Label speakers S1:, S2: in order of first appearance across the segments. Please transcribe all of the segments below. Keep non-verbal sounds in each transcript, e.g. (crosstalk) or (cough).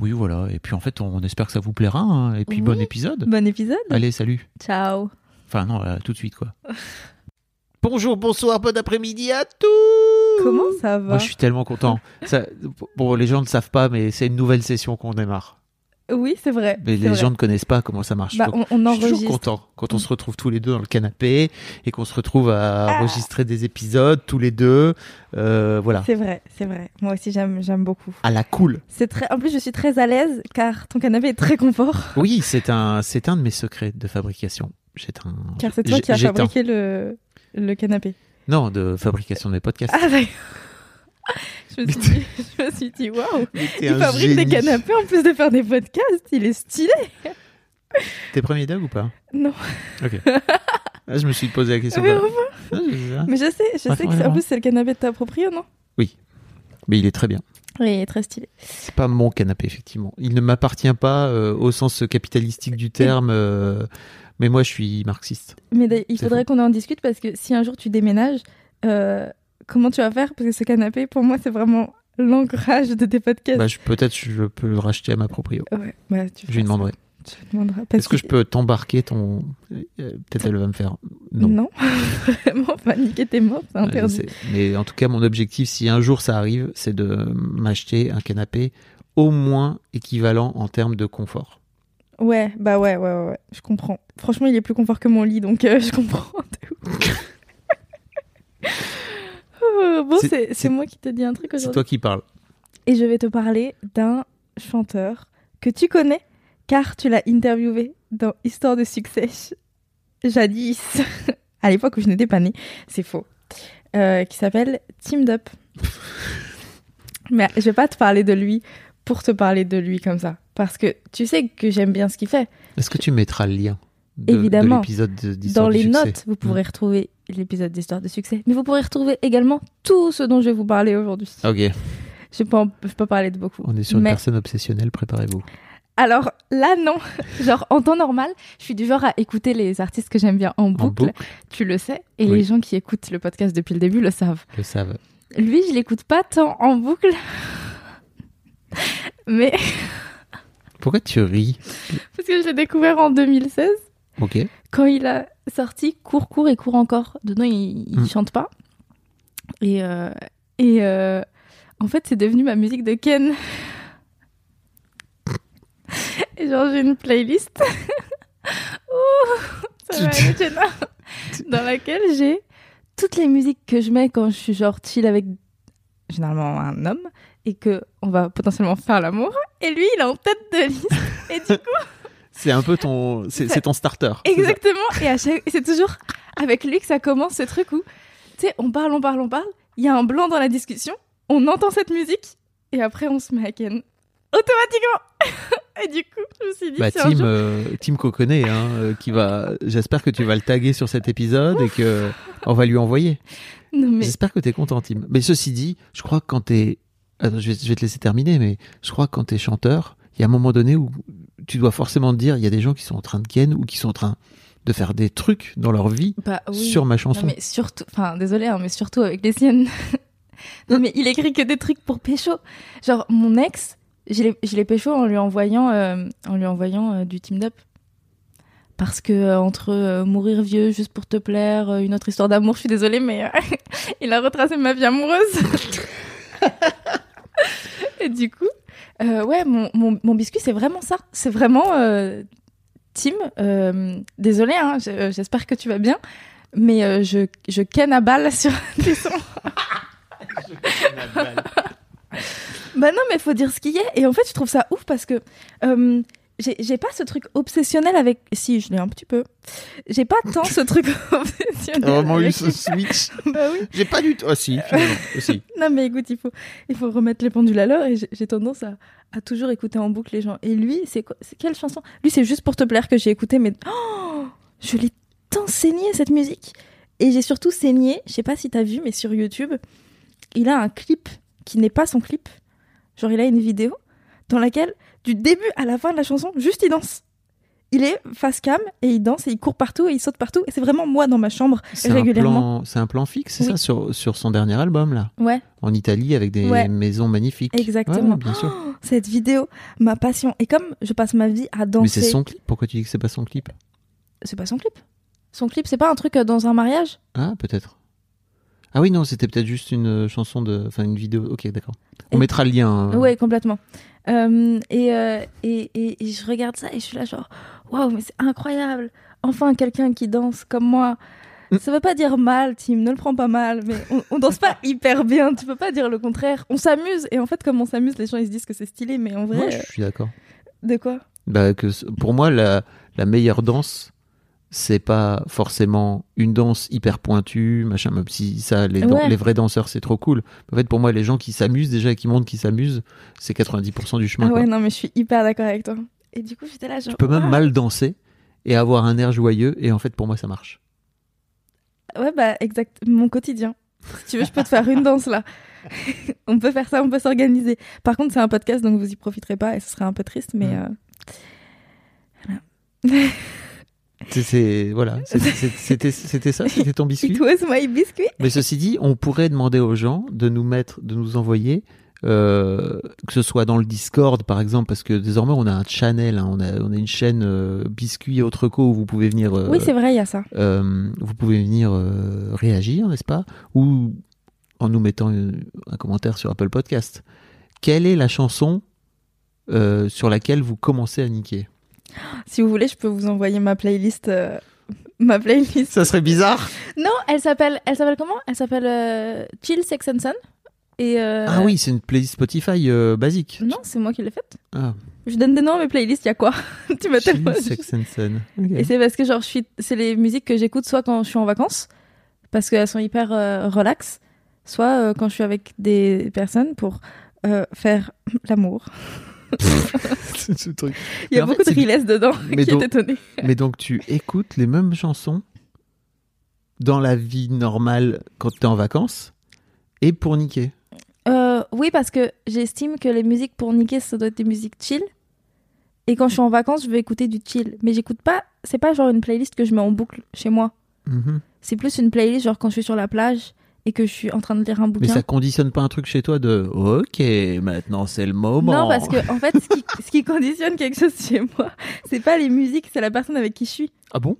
S1: Oui, voilà. Et puis en fait, on espère que ça vous plaira. hein. Et puis
S2: Oui. Bah,
S1: bon épisode.
S2: Bon épisode.
S1: Allez, salut.
S2: Ciao.
S1: Enfin non, euh, tout de suite
S2: (laughs)
S1: quoi. Bonjour, bonsoir, bon après-midi à tous.
S2: Comment ça va
S1: Moi, je suis tellement content. Ça- bon, les gens ne savent pas, mais c'est une nouvelle session qu'on démarre.
S2: Oui, c'est vrai.
S1: Mais
S2: c'est
S1: les
S2: vrai.
S1: gens ne connaissent pas comment ça marche.
S2: Bah,
S1: Donc,
S2: on, on
S1: je suis toujours
S2: enregistre. Mm.
S1: content quand on se retrouve tous les deux dans le canapé et qu'on se retrouve à
S2: Ah.
S1: enregistrer des épisodes tous les deux. Euh, voilà,
S2: C'est vrai, c'est vrai. Moi aussi, j'aime, j'aime beaucoup.
S1: à la cool.
S2: C'est très. En plus, je suis très à l'aise car ton canapé est très confort.
S1: Oui, c'est un, c'est un de mes secrets de fabrication. J'ai un.
S2: Car c'est toi
S1: j'ai-
S2: qui as
S1: j'éteins.
S2: fabriqué le, le canapé.
S1: Non, de fabrication de mes podcasts.
S2: Ah d'accord. (laughs) je, me suis dit, je me suis dit, waouh.
S1: Mais t'es
S2: Il
S1: un
S2: fabrique Ah, des
S1: génie.
S2: canapés en plus de faire des podcasts. Il est stylé.
S1: T'es premier dog ou pas
S2: Non.
S1: Ok. Ah, je me suis posé la question.
S2: Mais
S1: Ah,
S2: au
S1: c'est ça.
S2: Mais je sais, je sais
S1: Ouais,
S2: que c'est- en
S1: vraiment.
S2: plus c'est le canapé de ta proprio, non
S1: Mais il est très bien.
S2: Oui, il est très stylé.
S1: C'est pas mon canapé, effectivement. Il ne m'appartient pas euh, au sens capitalistique du terme. euh, mais moi, je suis marxiste.
S2: Mais d'ailleurs, il
S1: C'est
S2: faudrait qu'on en discute parce que si un jour tu déménages, euh, comment tu vas faire Parce que ce canapé, pour moi, c'est vraiment l'ancrage de tes podcasts.
S1: Bah, je- peut-être je peux le racheter à ma proprio.
S2: Ouais, ouais,
S1: Je
S2: tu
S1: lui
S2: feras ça,
S1: demanderai.
S2: Tu demanderas. Parce
S1: Est-ce que je peux t'embarquer ton. Euh, Peut-être elle va me faire. Non.
S2: Non, (laughs) vraiment, paniquer tes morts, c'est
S1: Euh,
S2: interdit.
S1: c'est- Mais en tout cas, mon objectif, si un jour ça arrive, c'est de m'acheter un canapé au moins équivalent en termes de confort.
S2: Ouais, bah ouais, ouais, ouais, ouais, je comprends. Franchement, il est plus confort que mon lit, donc euh, je comprends. (laughs)
S1: (laughs)
S2: de ouf. Oh, bon,
S1: C'est-
S2: c'est
S1: c'est-
S2: c'est moi qui te dis un truc
S1: C'est
S2: aujourd'hui.
S1: toi qui parles.
S2: Et je vais te parler d'un chanteur que tu connais, car tu l'as interviewé dans Histoire de succès, (laughs) jadis, (laughs) à l'époque où je n'étais pas née, c'est faux, Euh, qui s'appelle Tim
S1: (laughs)
S2: Dup. Mais je vais pas te parler de lui pour te parler de lui comme ça, parce que tu sais que j'aime bien ce qu'il fait.
S1: Est-ce que tu mettras le lien de, de
S2: Évidemment.
S1: l'épisode de- d'Histoire
S2: Dans
S1: du
S2: les
S1: succès
S2: notes, vous pourrez retrouver l'épisode d'Histoire de succès, mais vous pourrez retrouver également tout ce dont je vais vous parler aujourd'hui.
S1: Ok,
S2: Je peux, en- je peux parler de beaucoup.
S1: on est sur une
S2: Mais-
S1: personne obsessionnelle, préparez-vous.
S2: Alors là, non. (laughs) Genre, en temps normal, je suis du genre à écouter les artistes que j'aime bien en
S1: En
S2: boucle.
S1: boucle,
S2: Tu le sais. Et
S1: Oui.
S2: les gens qui écoutent le podcast depuis le début le savent.
S1: le savent.
S2: Lui, je l'écoute pas tant en boucle. (laughs) Mais (laughs)
S1: Pourquoi tu ris
S2: parce que je l'ai découvert en 2016,
S1: Ok.
S2: quand il a sorti Cours, cours et cours encore. Dedans, il, il
S1: Mm.
S2: chante pas. Et, euh, et euh, en fait, c'est devenu ma musique de Ken. (laughs) et genre, j'ai une playlist (laughs) Ça va aller, Jenna. dans laquelle j'ai toutes les musiques que je mets quand je suis genre chill avec généralement un homme et que on va potentiellement faire l'amour et lui il est en tête de liste et du coup
S1: C'est un peu ton, c'est c'est ton starter. c'est ça
S2: exactement et à chaque- c'est toujours avec lui que ça commence ce truc où tu sais on parle on parle on parle il y a un blanc dans la discussion on entend cette musique et après on se met à ken automatiquement (laughs) et du coup je me suis dit
S1: Bah,
S2: c'est un
S1: Tim,
S2: jour-
S1: euh, Tim Coconnet, hein, euh, qui va. J'espère que tu vas le taguer sur cet épisode et que euh, on va lui envoyer.
S2: non mais
S1: J'espère que t'es content, Tim. Mais ceci dit, je crois que quand t'es, attends, je vais, je vais te laisser terminer, mais je crois que quand t'es chanteur, il y a un moment donné où tu dois forcément te dire, il y a des gens qui sont en train de ken ou qui sont en train de faire des trucs dans leur vie
S2: bah, oui.
S1: sur ma
S2: Non,
S1: chanson.
S2: (laughs) mais surtout, enfin, désolé, mais surtout avec les siennes. (laughs) non, mais il écrit que des trucs pour pécho. Genre, mon ex, je l'ai- je l'ai pécho en lui envoyant, euh, en lui envoyant euh, du Team Up. Parce que, euh, entre euh, mourir vieux juste pour te plaire, euh, une autre histoire d'amour, je suis désolée, mais euh, (laughs) il a retracé ma vie amoureuse. (laughs) Et du coup, Euh, ouais, mon, mon- mon biscuit, c'est vraiment ça. C'est vraiment. euh, Tim, euh, désolé, hein, j- euh, j'espère que tu vas bien, mais euh, je, je ken à balle sur (laughs) tes sons. Bah non, mais faut dire ce qu'il y a. Et en fait, je trouve ça ouf parce que euh, j'ai j'ai pas ce truc obsessionnel avec. Si, je l'ai un petit peu. J'ai pas tant ce truc (laughs) obsessionnel.
S1: Vraiment eu
S2: (laughs) avec-
S1: Oh, ce switch.
S2: Bah oui.
S1: J'ai pas du tout. Ah si, finalement. aussi.
S2: (laughs) Non, mais écoute, il faut, il faut remettre les pendules à l'heure et j'ai- j'ai tendance à, à toujours écouter en boucle les gens. Et lui, c'est quoi c'est Quelle chanson Lui, c'est juste pour te plaire que j'ai écouté, mais oh, je l'ai tant saigné cette musique. Et j'ai surtout saigné, je sais pas si t'as vu, mais sur YouTube, il a un clip qui n'est pas son clip. Genre, il a une vidéo dans laquelle, du début à la fin de la chanson, juste il danse. Il est face cam et il danse et il court partout et il saute partout. Et c'est vraiment moi dans ma chambre.
S1: C'est un
S2: Régulièrement.
S1: plan, c'est un plan fixe, c'est
S2: Oui.
S1: ça, sur, sur son dernier album là,
S2: Ouais.
S1: en Italie avec des
S2: Ouais.
S1: maisons magnifiques.
S2: Exactement.
S1: Ouais, bien sûr.
S2: cette vidéo, ma passion. Et comme je passe ma vie à danser.
S1: Mais c'est son clip. Pourquoi tu dis que c'est pas son clip
S2: C'est pas son clip. Son clip, c'est pas un truc euh, dans un mariage
S1: Ah, peut-être. Ah oui, non, c'était peut-être juste une euh, chanson de. Enfin, une vidéo. Ok, d'accord. On
S2: Et-
S1: mettra le lien. euh,
S2: Ouais, complètement. Euh, et, euh, et, et- et je regarde ça et je suis là, genre, waouh, mais c'est incroyable. Enfin, quelqu'un qui danse comme moi.
S1: Mm.
S2: Ça veut pas dire mal, Tim, ne le prends pas mal, mais on, on
S1: (laughs)
S2: danse pas hyper bien, tu peux pas dire le contraire. On s'amuse, et en fait, comme on s'amuse, les gens ils se disent que c'est stylé, mais en vrai,
S1: Moi, je suis d'accord.
S2: euh, de quoi
S1: Bah, que, c- pour moi, la, la meilleure danse, c'est pas forcément une danse hyper pointue, machin, même si ça, les, dan-
S2: Ouais.
S1: les vrais danseurs, c'est trop cool. En fait, pour moi, les gens qui s'amusent déjà et qui montrent qu'ils s'amusent, c'est 90% du chemin.
S2: Ah
S1: quoi.
S2: ouais, non, mais je suis hyper d'accord avec toi. Et du coup, j'étais là, genre.
S1: Tu peux même
S2: waouh.
S1: mal danser et avoir un air joyeux, et en fait, pour moi, ça marche.
S2: Ouais, bah, exact. Mon quotidien. Si tu veux, je peux te faire une danse là. (laughs) on peut faire ça, on peut s'organiser. Par contre, c'est un podcast, donc vous y profiterez pas et ce serait un peu triste, mais.
S1: Mm.
S2: euh,
S1: C'est- C'est voilà, c'est- c'est- c'était c'était ça, c'était ton biscuit.
S2: It was my biscuit.
S1: Mais ceci dit, on pourrait demander aux gens de nous mettre, de nous envoyer, euh, que ce soit dans le Discord par exemple, parce que désormais on a un channel, hein, on, a, on a une chaîne euh, Biscuit et autres co où vous pouvez venir, euh,
S2: Oui, c'est vrai, il y a ça.
S1: euh, vous pouvez venir euh, réagir, n'est-ce pas Ou en nous mettant euh, un commentaire sur Apple Podcast. Quelle est la chanson euh, sur laquelle vous commencez à niquer
S2: Si vous voulez, je peux vous envoyer ma playlist. euh, (laughs) Ma playlist.
S1: Ça serait bizarre.
S2: Non, Oh, elle s'appelle. Elle s'appelle comment Elle s'appelle euh, Chill Sex and Sun. Et euh,
S1: Ah oui, c'est une playlist Spotify euh, basique.
S2: Non, c'est moi qui l'ai faite.
S1: Ah.
S2: Je donne des noms à mes playlists, il y a quoi (laughs) Tu m'as
S1: Chill,
S2: tellement.
S1: Sex and Sun.
S2: (laughs) Et c'est parce que genre je suis, c'est les musiques que j'écoute soit quand je suis en vacances parce qu'elles sont hyper euh, relax, soit euh, quand je suis avec des personnes pour euh, faire (clears throat) l'amour.
S1: (laughs) Ce truc.
S2: Il y
S1: Mais
S2: a
S1: en
S2: beaucoup
S1: fait,
S2: de
S1: c'est du-
S2: riles (laughs) dedans
S1: Mais
S2: qui
S1: donc-
S2: est étonné.
S1: Mais donc tu écoutes les mêmes chansons dans la vie normale quand t'es en vacances et pour niquer.
S2: Euh, oui parce que j'estime que les musiques pour niquer ça doit être des musiques chill. Et quand je suis en vacances, je vais écouter du chill, mais j'écoute pas, c'est pas genre une playlist que je mets en boucle chez moi.
S1: Mhm.
S2: C'est plus une playlist genre quand je suis sur la plage et que je suis en train de lire un
S1: Mais
S2: bouquin.
S1: ça conditionne pas un truc chez toi de OK, maintenant c'est le moment.
S2: Non, parce que en fait, ce
S1: (laughs)
S2: qui, ce qui conditionne quelque chose chez moi, c'est pas les musiques, c'est la personne avec qui je suis.
S1: Ah bon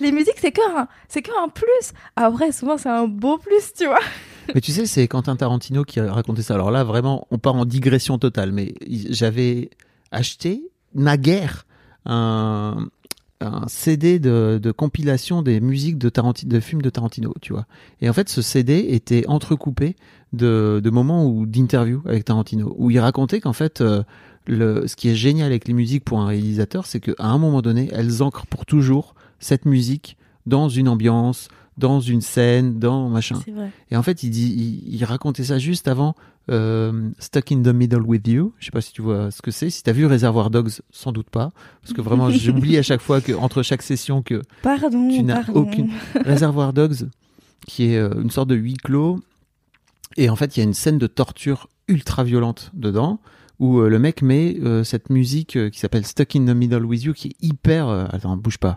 S2: Les musiques, c'est que un, c'est que un plus. Après, souvent, c'est un beau plus, tu vois.
S1: (laughs) Mais tu sais, c'est Quentin Tarantino qui a raconté ça. Alors là, vraiment, on part en digression totale. Mais il- j'avais acheté naguère un, un CD de, de compilation des musiques de, Tarantino, de films de Tarantino, tu vois. Et en fait, ce CD était entrecoupé de, de moments ou d'interviews avec Tarantino, où il racontait qu'en fait, euh, le, ce qui est génial avec les musiques pour un réalisateur, c'est qu'à un moment donné, elles ancrent pour toujours cette musique dans une ambiance, dans une scène, dans machin.
S2: C'est vrai.
S1: Et en fait, il, dit, il, il racontait ça juste avant euh, Stuck in the Middle with You. Je sais pas si tu vois ce que c'est. Si tu as vu Reservoir Dogs, sans doute pas. Parce que vraiment, j'oublie à chaque fois que, entre chaque session que
S2: Pardon.
S1: Tu n'as
S2: pardon.
S1: aucune- Reservoir Dogs, qui est euh, une sorte de huis clos. Et en fait, il y a une scène de torture ultra violente dedans, où euh, le mec met euh, cette musique euh, qui s'appelle Stuck in the Middle with You, qui est hyper. euh, attends, bouge pas.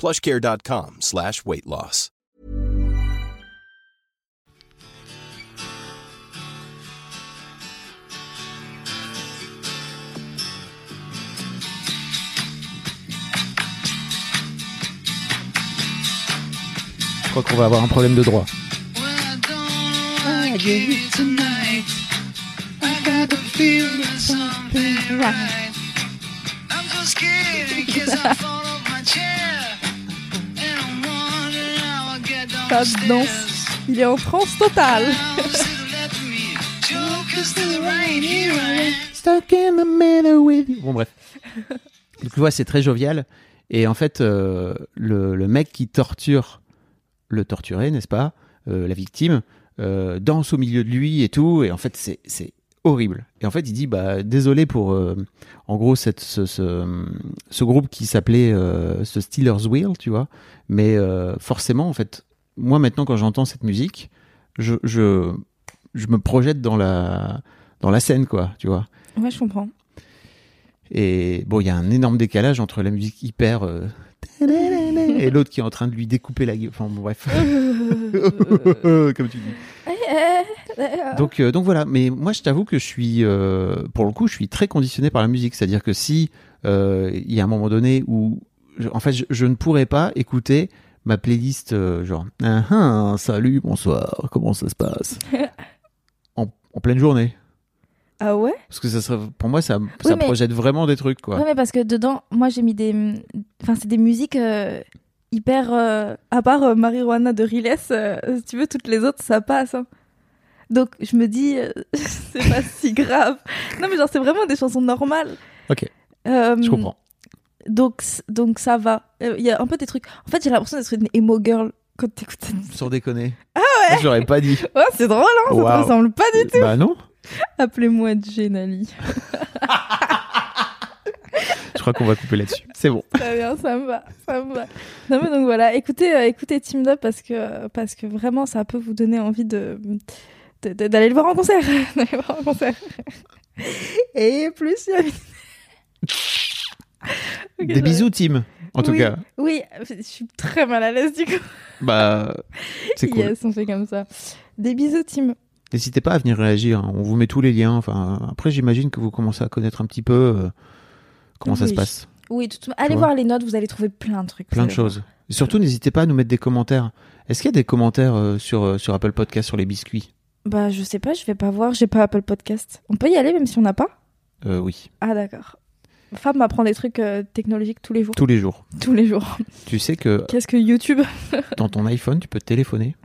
S3: plushcare.com slash weight loss.
S1: Je crois qu'on va avoir un problème de droit.
S2: Ça danse. Il est en France totale.
S1: Stuck in the middle with you. Bon, bref. Donc, tu vois, c'est très jovial. Et en fait, euh, le, le mec qui torture le torturé, n'est-ce pas euh, La victime euh, danse au milieu de lui et tout. Et en fait, c'est c'est horrible. Et en fait, il dit bah, désolé pour, euh, en gros, cette, ce, ce, ce groupe qui s'appelait euh, ce Steelers Wheel, tu vois. Mais euh, forcément, en fait, moi maintenant, quand j'entends cette musique, je, je, je me projette dans la, dans la scène, quoi, tu vois.
S2: Ouais, je comprends.
S1: Et bon, il y a un énorme décalage entre la musique hyper. euh, (laughs) et l'autre qui est en train de lui découper la gueule. Enfin, bon, bref. (laughs)
S2: Euh.
S1: Comme tu dis.
S2: Eh,
S1: Donc, euh, donc voilà, mais moi je t'avoue que je suis, euh, pour le coup, je suis très conditionné par la musique. C'est-à-dire que si euh, il y a un moment donné où, je- en fait, je, je ne pourrais pas écouter ma playlist euh, genre, Ah, ah, salut, bonsoir, comment ça se
S2: (laughs)
S1: passe en, en pleine journée.
S2: Ah ouais
S1: Parce que ça serait, pour moi, ça, ça
S2: mais-
S1: projette vraiment des trucs, quoi.
S2: Ouais, mais parce que dedans, moi j'ai mis des. Enfin, c'est des musiques euh, hyper. euh, À part euh, Marijuana de Riles, euh, si tu veux, toutes les autres ça passe. hein. Donc je me dis, euh, (laughs) c'est pas si grave. Non, mais genre, c'est vraiment des chansons normales.
S1: Ok.
S2: Euh,
S1: Je comprends.
S2: Donc, c- donc ça va. Euh, Il y a un peu des trucs. En fait, j'ai l'impression d'être une emo girl quand t'écoutes cette musique.
S1: Sans déconner. Ah ouais J'aurais pas dit.
S2: (laughs) Ouais, c'est drôle, hein Ça te
S1: Waouh.
S2: ressemble pas du tout.
S1: Bah non.
S2: Appelez-moi Jenali.
S1: Je crois qu'on va couper
S2: (laughs)
S1: là-dessus. C'est bon.
S2: Très bien, ça me va, ça me va. Non mais donc voilà, écoutez, euh, écoutez Team Up parce que parce que vraiment ça peut vous donner envie de de- de- d'aller le voir en concert, (laughs) d'aller le voir en concert. Et plus. il y a-
S1: (laughs)
S2: Ok,
S1: des
S2: ça va.
S1: bisous, Tim. En tout
S2: Oui.
S1: cas,
S2: Oui, je suis très mal à l'aise du coup.
S1: bah, c'est cool.
S2: Yes, on fait comme ça. Des bisous Team.
S1: N'hésitez pas à venir réagir. hein. On vous met tous les liens. Enfin, après, j'imagine que vous commencez à connaître un petit peu euh, comment ça
S2: Oui.
S1: se passe.
S2: Oui, tout,
S1: Tu
S2: allez
S1: vois.
S2: voir les notes, vous allez trouver plein de trucs.
S1: Plein de
S2: vous allez
S1: choses. Et surtout, n'hésitez pas à nous mettre des commentaires. Est-ce qu'il y a des commentaires euh, sur, euh, sur Apple Podcast sur les biscuits
S2: voir. Bah je sais pas, je vais pas voir, j'ai pas Apple Podcast. On peut y aller même si on n'a pas.
S1: Euh, Oui,
S2: Ah d'accord. Fab m'apprend des trucs euh, technologiques tous les jours.
S1: tous les jours.
S2: Tous les jours.
S1: (laughs) Tu sais que
S2: Qu'est-ce que YouTube (laughs)
S1: dans ton iPhone, tu peux téléphoner.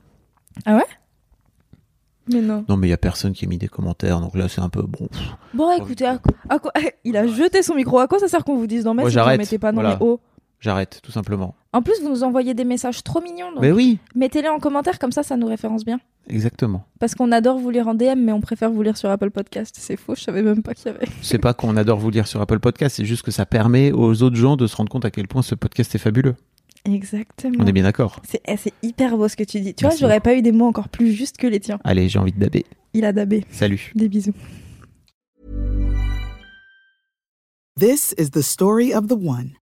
S2: Mais non.
S1: Non, mais il y a personne qui a mis des commentaires. Donc là, c'est un peu bon. pff.
S2: Bon, écoutez, à, quoi- à quoi (laughs) Il a jeté son micro. À quoi ça sert qu'on vous dise non, mais
S1: Moi,
S2: si vous
S1: j'arrête.
S2: mettez pas non,
S1: Voilà.
S2: mais oh.
S1: J'arrête, tout simplement.
S2: En plus, vous nous envoyez des messages trop mignons. donc
S1: Mais oui,
S2: Mettez-les en commentaire, comme ça, ça nous référence bien.
S1: exactement.
S2: Parce qu'on adore vous lire en DM, mais on préfère vous lire sur Apple Podcast. C'est faux, je savais même pas qu'il y avait.
S1: C'est pas qu'on adore vous lire sur Apple Podcast, c'est juste que ça permet aux autres gens de se rendre compte à quel point ce podcast est fabuleux.
S2: (laughs) Exactement.
S1: On est bien d'accord.
S2: C'est eh, c'est hyper beau ce que tu dis. Tu vois,
S1: Merci
S2: j'aurais pas eu des mots encore plus justes que les tiens.
S1: Allez, j'ai envie de daber.
S2: Il a dabé.
S1: Salut.
S2: Des bisous.
S4: This is the story of the one.